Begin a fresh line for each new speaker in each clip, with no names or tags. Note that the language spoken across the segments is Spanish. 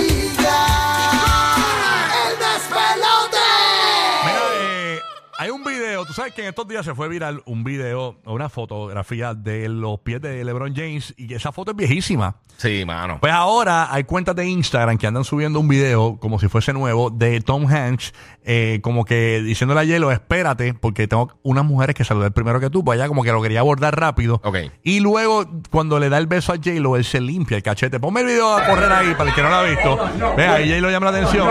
eh, que en estos días se fue viral un video, una fotografía de los pies de LeBron James y esa foto es viejísima.
Sí, mano.
Pues ahora hay cuentas de Instagram que andan subiendo un video como si fuese nuevo de Tom Hanks, eh, como que diciéndole a Hielo, espérate, porque tengo unas mujeres que saludar primero que tú, pues allá como que lo quería abordar rápido.
Ok.
Y luego, cuando le da el beso a J-Lo, él se limpia el cachete. Ponme el video a correr ahí, para el que no lo ha visto. Ve, ahí J-Lo llama la atención.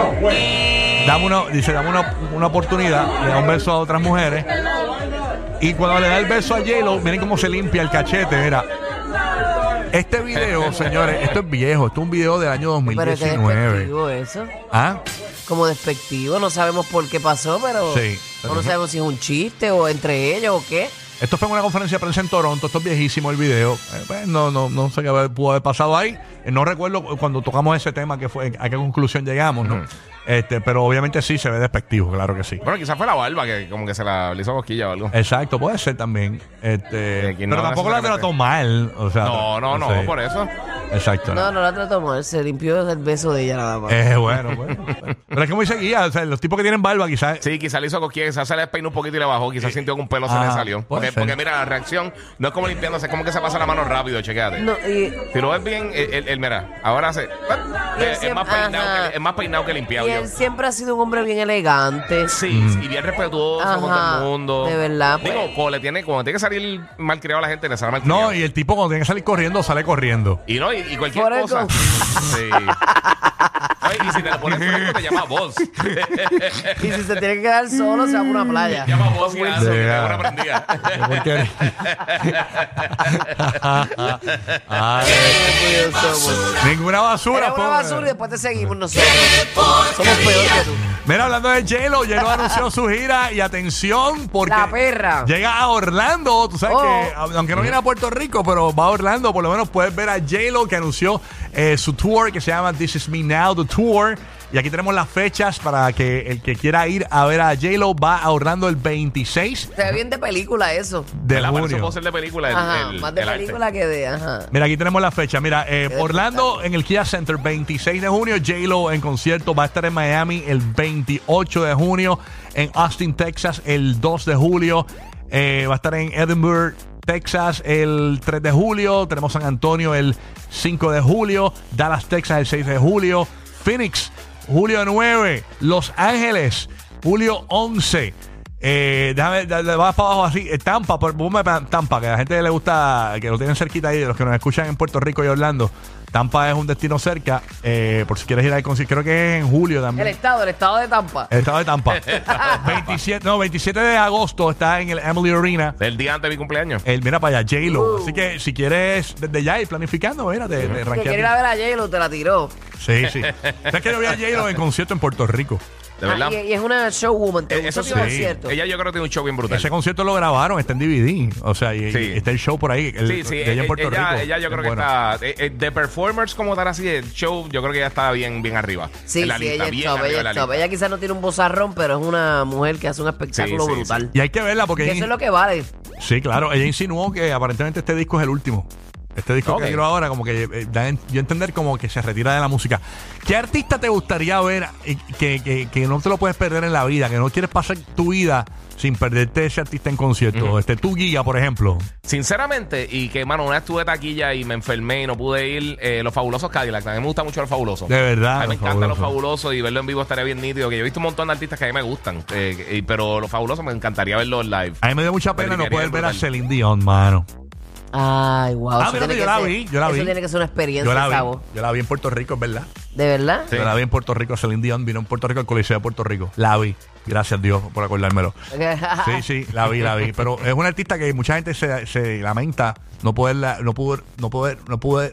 Dame una, dice, dame una, una oportunidad, le da un beso a otras mujeres. Y cuando le da el beso a J-Lo, miren cómo se limpia el cachete, mira. Este video, señores, esto es viejo, esto es un video del año
Pero qué
2019.
despectivo eso.
¿Ah?
Como despectivo, no sabemos por qué pasó, pero
Sí.
o no sabemos si es un chiste o entre ellos o qué.
Esto fue en una conferencia de prensa en Toronto, esto es viejísimo el video. Eh, pues, no, no, no sé qué haber- pudo haber pasado ahí. Eh, No recuerdo cu- cuando tocamos ese tema que fue, a qué conclusión llegamos, ¿no? Este, pero obviamente sí se ve despectivo, claro que sí.
Bueno, quizás fue la barba que como que se la le hizo cosquilla o algo.
Exacto, puede ser también. Este,
Eh, que
pero
no
tampoco la
necesariamente-
trató mal. O sea,
No, no, no,
sí.
por eso.
Exacto.
No, no la trató mal, se limpió el beso de ella nada más.
Eh, bueno, bueno. pero es que muy seguía, o sea, los tipos que tienen barba quizás
Sí, quizás le hizo cosquilla, quizás se le despeinó un poquito y le bajó, quizás sintió que un pelo se
Ah,
le salió.
puede
Porque,
ser.
porque mira, la reacción no es como limpiándose, es como que se pasa la mano rápido, chequéate.
No, y,
Si lo ves bien, él, él- él, mira, ahora se. eh, Es,
siempre-
más peinado
ajá.
que, es más peinado que limpiado.
y
yo.
él siempre ha sido un hombre bien elegante.
Sí,
Mm.
y bien respetuoso con
Ajá,
todo el mundo.
de verdad,
Digo,
pues.
cuando, le tiene, cuando tiene que salir malcriado a la gente, le sale malcriado.
No, y el tipo cuando tiene que salir corriendo, sale corriendo.
Y no, y, y cualquier
Por eso.
cosa. Sí. Ay, y si te lo pones fresco, te llama voz.
Y si se tiene que quedar solo, se va a una playa.
llama voz y hace que
Yeah.
te una prendida.
Porque- Ay,
Qué curioso, pues.
ninguna basura,
Eres una
pobre.
basura y después te seguimos nosotros. Somos peor que tú.
Mira, hablando de J-Lo, J-Lo anunció su gira y atención porque
La perra.
llega a Orlando. Tú sabes
Oh.
que, aunque no viene a Puerto Rico, pero va a Orlando, por lo menos puedes ver a J-Lo que anunció eh, su tour que se llama This Is Me Now, The Tour. Y aquí tenemos las fechas para que el que quiera ir a ver a J-Lo va a Orlando el 26
Se ve bien de película eso.
de
La eso
junio.
puede ser de película. El,
Ajá,
el-
más de
el arte.
película que de. Ajá.
Mira, aquí tenemos la fecha. Mira, eh,
Qué
Orlando en el Kia Center, 26 de junio. J-Lo en concierto va a estar en Miami el 28 de junio. En Austin, Texas, el 2 de julio. Eh, va a estar en Edinburgh, Texas, el 3 de julio. Tenemos San Antonio el 5 de julio. Dallas, Texas, el 6 de julio. Phoenix, julio 9. Los Ángeles, julio 11. Eh, déjame, da- da- vas para abajo así. eh, Tampa, por, ponme pa- Tampa, que a la gente le gusta, que lo tienen cerquita ahí, de los que nos escuchan en Puerto Rico y Orlando. Tampa es un destino cerca, eh, por si quieres ir al concierto. Creo que es en julio
El
también.
estado, el estado de Tampa.
El estado de Tampa. 27, no, 27 de agosto está en el Emily Arena.
El día antes de mi cumpleaños.
El, mira para allá, J-Lo.
Uh.
Así que si quieres desde ya ir planificando, mira, te, te
Que
ranqueas.
quiere ir a ver a J-Lo, te la tiró.
Sí, sí. ¿Sabes que yo vi a J-Lo en concierto en Puerto Rico?
De verdad.
Ah, y, y es una showwoman, te
Eh,
gustó
Eso
su
sí,
concierto.
Ella yo creo que tiene un show bien brutal.
Ese concierto lo grabaron, está en DVD. O sea, y,
Sí.
y está el show por ahí. el-
Sí, sí,
de
ella,
allá en Puerto
ella-
Rico.
ella yo creo
Es bueno.
que está. eh, eh, de performers como tal, así, el show, yo creo que ella está bien, bien arriba.
Sí,
En la
sí,
lista,
ella es
bien
top,
arriba
ella
de la
es top.
lista.
Ella quizás no tiene un bozarrón, pero es una mujer que hace un espectáculo
Sí, sí,
brutal.
Y hay que verla porque
Que
ella,
eso es lo que vale.
sí, claro, ella insinuó que aparentemente este disco es el último. Este disco
Ok.
que quiero ahora como que eh, da en- yo entender como que se retira de la música. ¿Qué artista te gustaría ver eh, que, que- que no te lo puedes perder en la vida, que no quieres pasar tu vida sin perderte ese artista en concierto? Este tu guía, por ejemplo.
Sinceramente, y que, mano, una vez estuve taquilla y me enfermé y no pude ir, eh, los fabulosos Cadillac. A mí me gusta mucho los fabulosos.
De verdad,
A mí me
Ah, Los
encantan los
Fabulosos.
fabulosos y verlo en vivo estaría bien nítido. Que yo he visto un montón de artistas que a mí me gustan, eh, y- pero los fabulosos me encantaría verlos live.
A mí me dio mucha pena
Pero
no
quería
poder ver a
brutal.
Celine Dion, mano.
Ay, wow.
Ah,
eso
mira,
tiene
yo
que
la
ser-
vi, yo la
Eso
vi.
tiene que ser una experiencia,
Yo la, vi,
chavo.
yo la vi en Puerto Rico, es verdad.
¿De verdad?
Sí.
Yo la vi en Puerto Rico, Celine Dion vino en Puerto Rico al Coliseo de Puerto Rico. La vi. Gracias Dios por acordármelo. Sí, sí, la vi, la vi. Pero es una artista que mucha gente se, se lamenta no poderla, no pudo, no poder, no pude,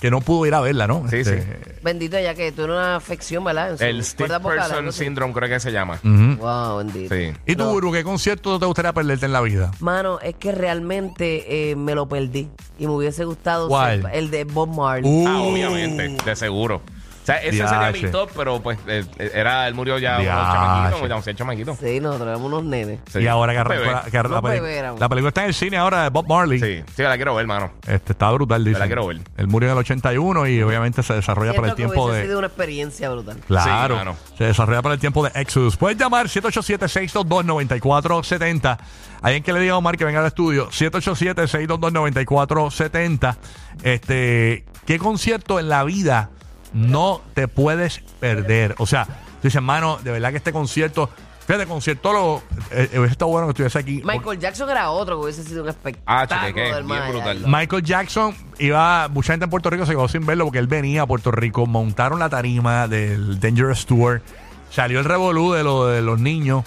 que no pudo ir a verla, ¿no?
Sí,
Este,
Bendito ella que tuvo una afección, ¿verdad? En su
El Steve
cuerda vocal,
Person
algo así.
Syndrome, creo que se llama.
ujú.
Wow, bendito.
Sí.
¿Y tú,
No.
Guru, qué concierto te gustaría perderte en la vida?
Mano, es que realmente eh, me lo perdí. Y me hubiese gustado
¿Cuál?
ser- el de Bob Marley.
Uh,
Ah, obviamente, de seguro. sea, ese sería
Diache.
mi top, pero pues eh, era, él murió ya unos
Diache.
chamaquitos, ya un ser
Uh.
chamaquito.
Sí, nosotros éramos unos nenes.
Sí.
Y ahora que arrancó
Bebé.
la, que la
Los
peli-
bebés éramos.
la película está en el cine ahora de Bob Marley.
Sí, sí, la quiero ver, hermano.
Este, está brutal, dice.
la quiero ver.
Él murió en el 81 y obviamente se desarrolla
Siento
para el
que
tiempo
hubiese
de.
sido una experiencia brutal.
Claro.
Sí, mano.
se desarrolla para el tiempo de Exodus. Puedes llamar 787-622-9470. Alguien que le diga a Omar que venga al estudio. 787-622-9470. Este, ¿qué concierto en la vida no te puedes perder? O sea, tú dices, hermano, de verdad que este concierto. Fíjate, conciertólogo, eh, eh, hubiese estado bueno que estuviese aquí.
Michael Jackson era otro que hubiese sido un
Ah,
espectáculo.
cheque, que es
del
bien
más
brutal.
allá.
Michael Jackson iba, mucha gente en Puerto Rico se quedó sin verlo porque él venía a Puerto Rico, montaron la tarima del Dangerous Tour, salió el revolú de, lo, de los niños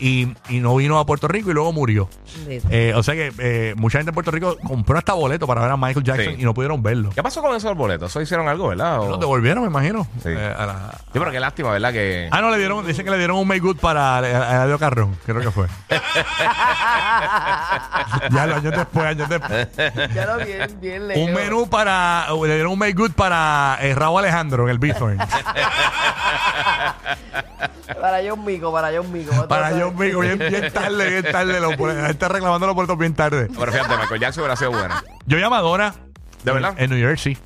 y, y no vino a Puerto Rico y luego murió.
Bendito.
Eh, o sea que eh, mucha gente en Puerto Rico compró hasta boleto para ver a Michael Jackson
Sí.
y no pudieron verlo.
¿Qué pasó con esos boletos? ¿Eso hicieron algo, verdad? O-
Los devolvieron, me imagino.
Sí.
eh, a la-
Sí, pero qué lástima, ¿verdad? Que...
Ah, no, le dieron, dicen que le dieron un make good para eh, a- a Eladio Carrón, creo que fue. ya los años después, años después.
ya lo vi bien, bien lejos.
Un menú para. Le dieron un make good para eh, Raúl Alejandro en el Bitcoin.
Para John Mico, para John Mico.
para John Vigo, bien, bien tarde, bien tarde. Lo, pone- está reclamando los puertos bien tarde.
Pero fíjate, Michael Jackson hubiera sido bueno.
Yo llamo a Madonna.
¿De verdad?
En New Jersey.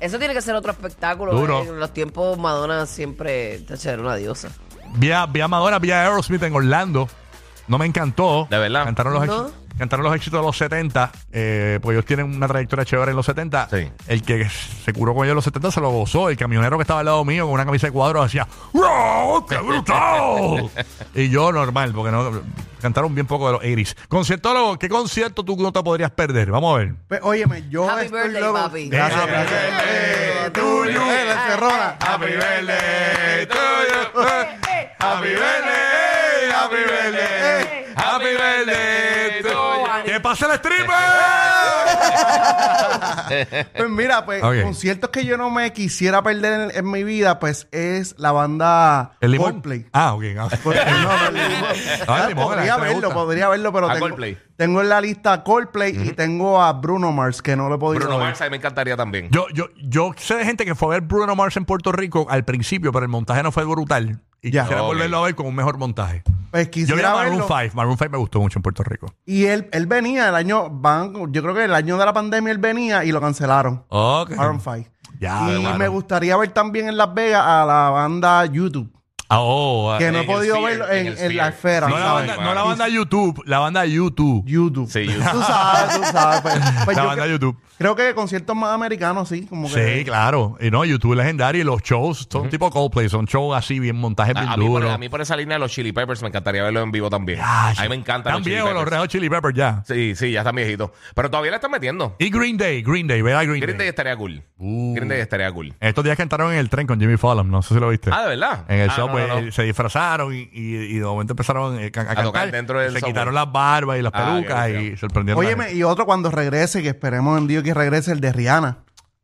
Eso tiene que ser otro espectáculo.
Duro.
eh. En los tiempos Madonna siempre tacha, era una diosa.
Vi a, vi a Madonna, vi a Aerosmith en Orlando. No me encantó.
¿De verdad?
Cantaron los,
No.
éxitos, cantaron los éxitos de los 70. Eh, porque ellos tienen una trayectoria chévere en los 70.
Sí.
El que se curó con ellos en los 70 se lo gozó. El camionero que estaba al lado mío con una camisa de cuadros hacía ¡Wow! ¡Qué brutal! y yo normal, porque no cantaron bien poco de los 80s. Conciertólogo, ¿qué concierto tú no te podrías perder? Vamos a ver.
Pues, óyeme, yo
Happy
estoy
birthday,
loco.
papi.
Gracias,
Happy
gracias.
birthday
Eh,
to
you.
Eh, la encerrona.
Happy birthday to you. Happy
birthday, happy birthday,
happy birthday
to
you.
¡Que pase el stripper!
Pues mira, pues
Ok.
conciertos que yo no me quisiera perder en, en mi vida, pues es la banda
¿El limón?
Coldplay.
Ah, ok. ah.
Pues, no, no, el limón.
Ah, el limón, a la
podría
gente le
verlo,
gusta.
podría verlo, pero
A
tengo,
Coldplay.
tengo en la lista Coldplay y tengo a Bruno Mars, que no lo he podido
Bruno
ver.
Mars, a mí me encantaría también.
Yo, yo, yo sé de gente que fue a ver Bruno Mars en Puerto Rico al principio, pero el montaje no fue brutal. Y
Ya.
quisiera
Ok.
volverlo a ver con un mejor montaje.
Pues
Yo vi
quisiera
a Maroon
verlo.
5. Maroon 5 me gustó mucho en Puerto Rico.
Y él, él venía el año, van, yo creo que el año de la pandemia él venía y lo cancelaron.
Ok.
Maroon 5.
Ya,
y
hermano.
me gustaría ver también en Las Vegas a la banda YouTube.
Ah, oh, ah.
que no
en
he
el
podido
Sphere,
verlo
en
en,
el
en la
Sphere.
esfera.
no, la
¿sabes?
banda, no la banda YouTube, la banda YouTube.
YouTube.
Sí,
Tú
YouTube.
sabes, tú sabes. Pues, pues
la
yo
banda
cre-
YouTube.
Creo que conciertos más americanos, sí. Como que,
Sí, claro. Y no, YouTube es legendario y los shows son tipo Coldplay, son shows así, bien montajes
A,
bien
a mí por,
duros.
a mí por esa línea de los Chili Peppers me encantaría verlo en vivo también.
Ah,
a mí me encantan
Están
los Chili
viejos los
Peppers.
Red Hot Chili Peppers ya.
Sí, sí, ya están viejitos. Pero todavía la están metiendo.
Y Green Day, Green Day, ¿verdad? Green,
Green Day
Day.
estaría cool.
Uh.
Green Day estaría cool.
Estos días cantaron en el tren con Jimmy Fallon, no sé si lo viste.
Ah, ¿de verdad?
En el
Ah, no,
subway
no, no.
eh, se disfrazaron y, y, y de momento empezaron eh, can- a,
tocar
cantar.
dentro del
se
subway.
quitaron las barbas y las
Ah, qué
pelucas y
brutal.
sorprendieron. a la
Óyeme,
gente.
y otro cuando regrese, que esperemos en Dios que regrese, el de Rihanna.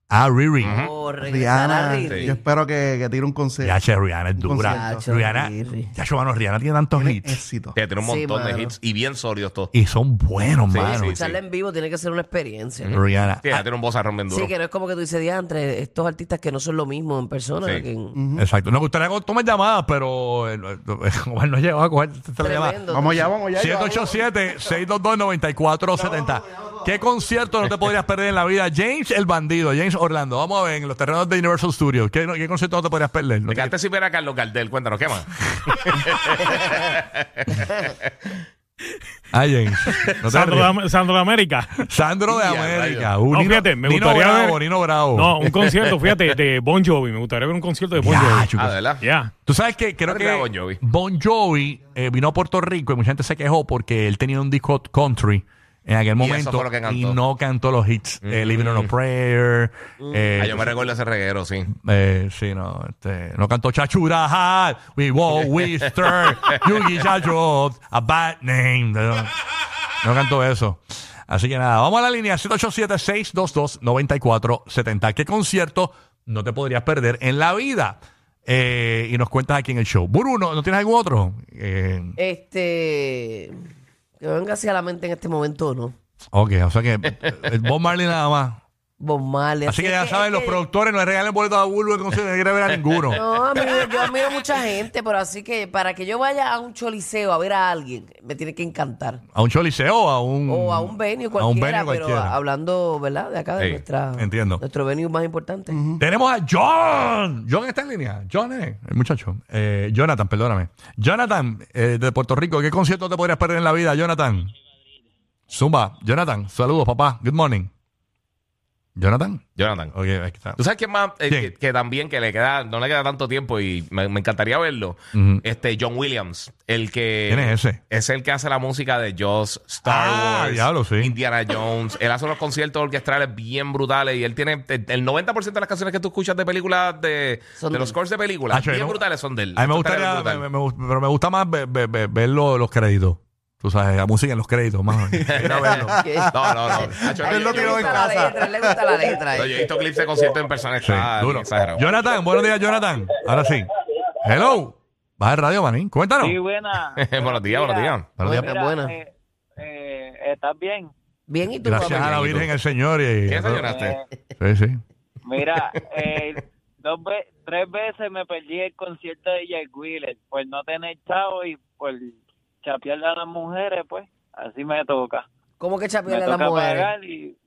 Ah, Riri.
Oh, regresar a
Rihanna,
Riri.
yo espero que, que tire un concierto.
Ya, che, Rihanna es dura.
concierto.
Chacho,
Rihanna,
Riri.
ya, che, mano, Rihanna tiene tantos hits.
Éxito.
Sí, tiene un
Sí,
montón
mano.
de hits y bien sólidos todos.
Y son buenos,
Sí,
mano.
sí,
Escucharla en vivo tiene que ser una experiencia.
Rihanna.
Sí, ella tiene un bozarrón bien duro.
Sí, que no es como que tú dices, diantre, estos artistas que no son lo mismo en persona.
Sí.
que en-
Exacto. Nos gustaría que tomen llamadas, pero eh, Omar no llegó a coger este esta llamada.
Tremendo.
Vamos ya, vamos ya. ya, vamos.
787-622-9470. ¿Qué concierto no te podrías perder en la vida? James el Bandido, James Orlando. Vamos a ver, en los terrenos de Universal Studios. ¿Qué, no- qué concierto no te podrías perder? No
Me
te-
encanta si viera a Carlos Gardel. Cuéntanos, ¿qué más?
Ah, James. No te
Sandro,
rías.
de Am- Sandro de América.
Sandro de
Ya,
América.
rayos.
Uh,
No,
Nino-
fíjate, me
Nino
gustaría
Bravo,
ver-
Nino Bravo.
No, un concierto, fíjate, de Bon Jovi. Me gustaría ver un concierto de Bon
Ya,
Jovi.
chulo.
Ah, ¿de verdad?
Ya.
Tú sabes que creo
Ahora
que
está Bon Jovi.
Bon Jovi, eh, vino a Puerto Rico y mucha gente se quejó porque él tenía un disco country en aquel
eso
momento
fue lo que cantó.
y no cantó los hits. Eh, Living on a Prayer. eh,
Ah, yo me recuerdo ese reguero, sí.
eh, sí, no, este, no cantó Chachura Hard, We Walk, We Stir, Yugi Chacho, A Bad Name. No, no cantó eso. Así que nada, vamos a la línea 787-622-9470. ¿Qué concierto no te podrías perder en la vida? Eh, y nos cuentas aquí en el show. Bruno, ¿no tienes algún otro? Eh,
Este. Que me venga así a la mente en este momento, ¿no?
ok, o sea que eh, Bob Marley nada más.
Bob Marley.
Así que
es
ya saben,
es
los
que-
productores no le regalen boletos a Bulbo no se tiene que ver a ninguno.
No, a mí- yo admiro mucha gente, pero así que para que yo vaya a un choliseo a ver a alguien, me tiene que encantar.
A un choliseo o a un.
O
Mm.
a un venue
a un
cualquiera,
venue
pero
cualquiera.
a- hablando, ¿verdad? De acá, de
Sí,
nuestra,
entiendo.
nuestro venue más importante.
Tenemos a John. John está en línea. John es el muchacho. Eh, Jonathan, perdóname. Jonathan, eh, de Puerto Rico, ¿qué concierto te podrías perder en la vida, Jonathan? Zumba, Jonathan, saludos, papá. Good morning. Jonathan.
Jonathan.
Ok, ahí está.
¿Tú sabes quién más? eh,
¿Quién?
que, que también que le queda, no le queda tanto tiempo y me, me encantaría verlo.
Ujú.
Este John Williams, el que.
¿Quién es ese?
Es el que hace la música de Jaws, Star
Ah,
Wars,
diablo, sí.
Indiana Jones. Él hace unos conciertos orquestrales bien brutales y él tiene el el 90% de las canciones que tú escuchas de películas de,
Son
de
de
los
él.
scores de películas
Ah, yo
bien
no-
brutales son de él.
A mí me
Eso estaría
gustaría,
brutal.
me- me gust- pero me gusta más ve- ve- ve- ver lo- los créditos. Tú sabes, la música en los créditos, más. Mira, verlo.
No, no, no. Nacho,
A
yo-
él le
lo tiró en
gusta la
casa.
letra, le gusta la letra.
yo he visto clips de conciertos en persona.
Sí,
Está bien
duro.
exagerado.
Jonathan, buenos días, Jonathan. Ahora sí. Hello. Baja el radio, manín. Cuéntanos.
Sí, buena.
buenos días, buenos días.
Buenos días.
Mira,
buena.
eh, eh, ¿Estás bien?
Bien, ¿y tú,
Gracias
papá?
a la Virgen, el Señor. Y,
¿Qué desayunaste?
Eh,
Sí, sí.
mira, eh, dos ve- tres veces me perdí el concierto de Jack Wheeler por no tener chavo y por chapearle a las mujeres, pues. Así me toca.
¿Cómo que
Me
chapearle a
toca
las mujeres?
pagar y...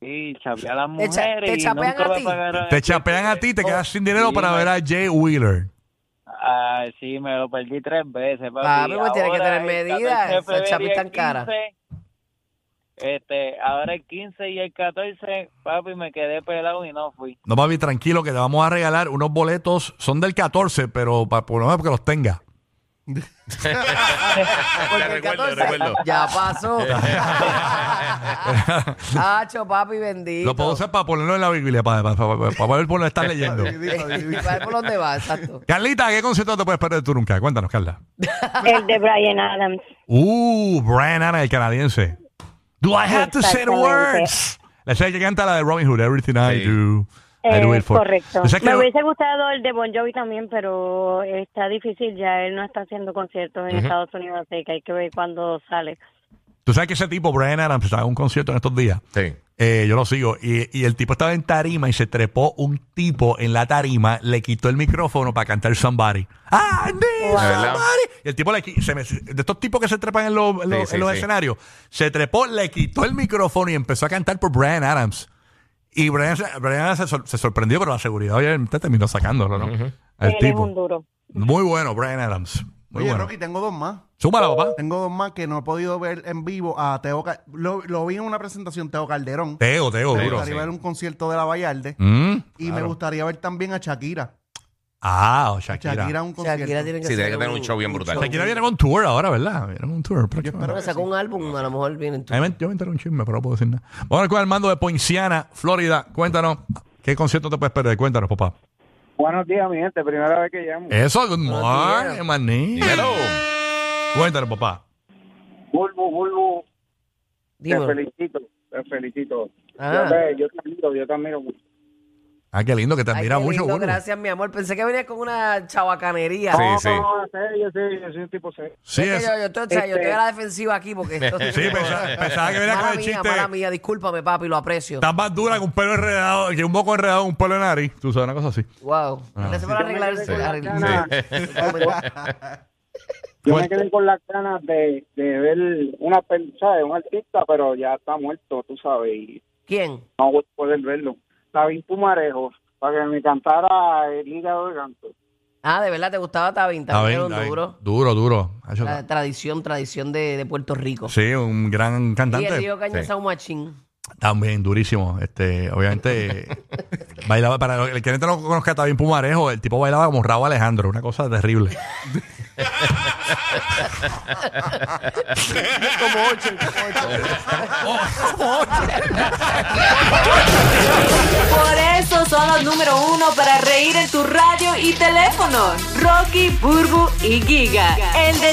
Sí, chapear a las
Te cha-
mujeres
te
y
chapean
nunca
a
me
ti.
pagaron
Te
el
chapean a
ticket.
ti y te quedas sin dinero
Sí,
para
me-
ver a Jay Wheeler.
Ah, sí, me lo perdí tres veces, papi.
Papi, pues tiene que
Ahora,
tener
el
medidas,
14 de
esa chapa
febrero y el
tan cara.
15, Este, ahora el 15 y el 14, papi, me quedé pelado y no fui.
No, papi, tranquilo, que te vamos a regalar unos boletos. Son del 14, pero para, por lo menos que los tenga.
Ah,
Te
Porque el
recuerdo,
14
te recuerdo.
Ya pasó. Hacho, papi, bendito.
Lo puedo usar para ponerlo en la Biblia, para, para, para, para ver por lo que estás leyendo.
Y para ver por dónde va, exacto.
Carlita, ¿qué concierto te puedes perder tú nunca? Cuéntanos, Carla.
El de Brian Adams.
Uh, Brian Adams, el canadiense. Do I have to say the
Exactamente.
words? La serie que canta la de Robin Hood, Everything I
Sí.
Do. I
Eh,
do it for.
correcto.
Yo sé que-
Me hubiese gustado el de Bon Jovi también, pero está difícil. Ya él no está haciendo conciertos en Estados Unidos, así que hay que ver cuándo sale.
Tú sabes que ese tipo, Brian Adams, estaba en un concierto en estos días.
Sí.
Eh, yo lo sigo. Y, y el tipo estaba en tarima y se trepó un tipo en la tarima, le quitó el micrófono para cantar Somebody. ¡Ah, need
Wow.
¿De verdad?
somebody! Y el tipo le qui- se me- de estos tipos que se trepan en los, en los-
Sí, sí,
en los
sí.
escenarios, se trepó, le quitó el micrófono y empezó a cantar por Brian Adams. Y Brian, se- Brian Adams se, sor- se sorprendió, pero la seguridad obviamente terminó sacándolo, ¿no? El
él es un
tipo.
duro.
Muy bueno, Brian Adams. Muy
Oye,
bueno.
Rocky, tengo dos más.
Súmalo, papá.
Tengo dos más que no he podido ver en vivo a Teo. Ca- Lo, lo vi en una presentación, Teo Calderón.
Teo, Teo,
me
duro.
gustaría ver un concierto de la Vallarde.
Mm.
Y me gustaría ver también a Shakira.
Ah,
Shakira,
Shakira.
un concierto.
Shakira tiene que
Sí, tiene
hacer
que tener un show bien brutal.
Shakira viene con tour ahora, ¿verdad? Viene con tour. próximamente.
espero
Bueno, sacó un álbum, a lo mejor viene en tu...
A mí me- yo me enteré un chisme, pero no puedo decir nada. Vamos con Armando de Poinciana, Florida. Cuéntanos, ¿qué concierto te puedes perder? Cuéntanos, papá.
Buenos días, mi gente. Primera vez que llamo.
Eso, good
Buenos
morning,
días.
maní.
Dímelo.
Cuéntanos, papá.
Bulbu, Bulbu,
Dímelo.
felicito, te felicito.
Ah. te-
yo te admiro, yo te admiro mucho.
Ah, qué lindo, que te
Ay,
admira
qué
mucho,
lindo,
Bulbo.
Gracias, mi amor. Pensé que venía con una chabacanería.
Sí, sí.
yo sí, yo soy un tipo serio.
Sí,
Es que
es-
yo, yo, estoy, o sea, yo estoy a la defensiva aquí porque esto...
Sí, pensaba, pensaba que venía
mala
con el
mía,
chiste.
mala mía, discúlpame, papi, lo aprecio.
Estás más dura que un pelo enredado, que un moco enredado en un pelo de nariz. Tú sabes, una cosa así.
Wow.
Ah.
Gracias por arreglar el... arreglar-
Yo me quedé con las ganas de, de ver una persona, de un artista, pero ya está muerto, tú sabes, y
¿Quién?
no voy a poder verlo. David Pumarejo, para que me cantara el hígado de canto.
Ah, de verdad, te gustaba Tabín.
Está
Tabín
bien,
era un
está bien.
duro.
Duro, duro. Ha hecho-
La tradición, tradición de, de Puerto Rico.
Sí, un gran
Y el
cantante.
tío Caña
Sí.
un machín.
También, durísimo. Este, obviamente, bailaba, para el que no lo conozca está bien Pumarejo, el tipo bailaba como Raúl Alejandro, una cosa terrible.
como ocho, como ocho.
Por eso son los número uno para reír en tu radio y teléfono. Rocky, Burbu y Giga. El de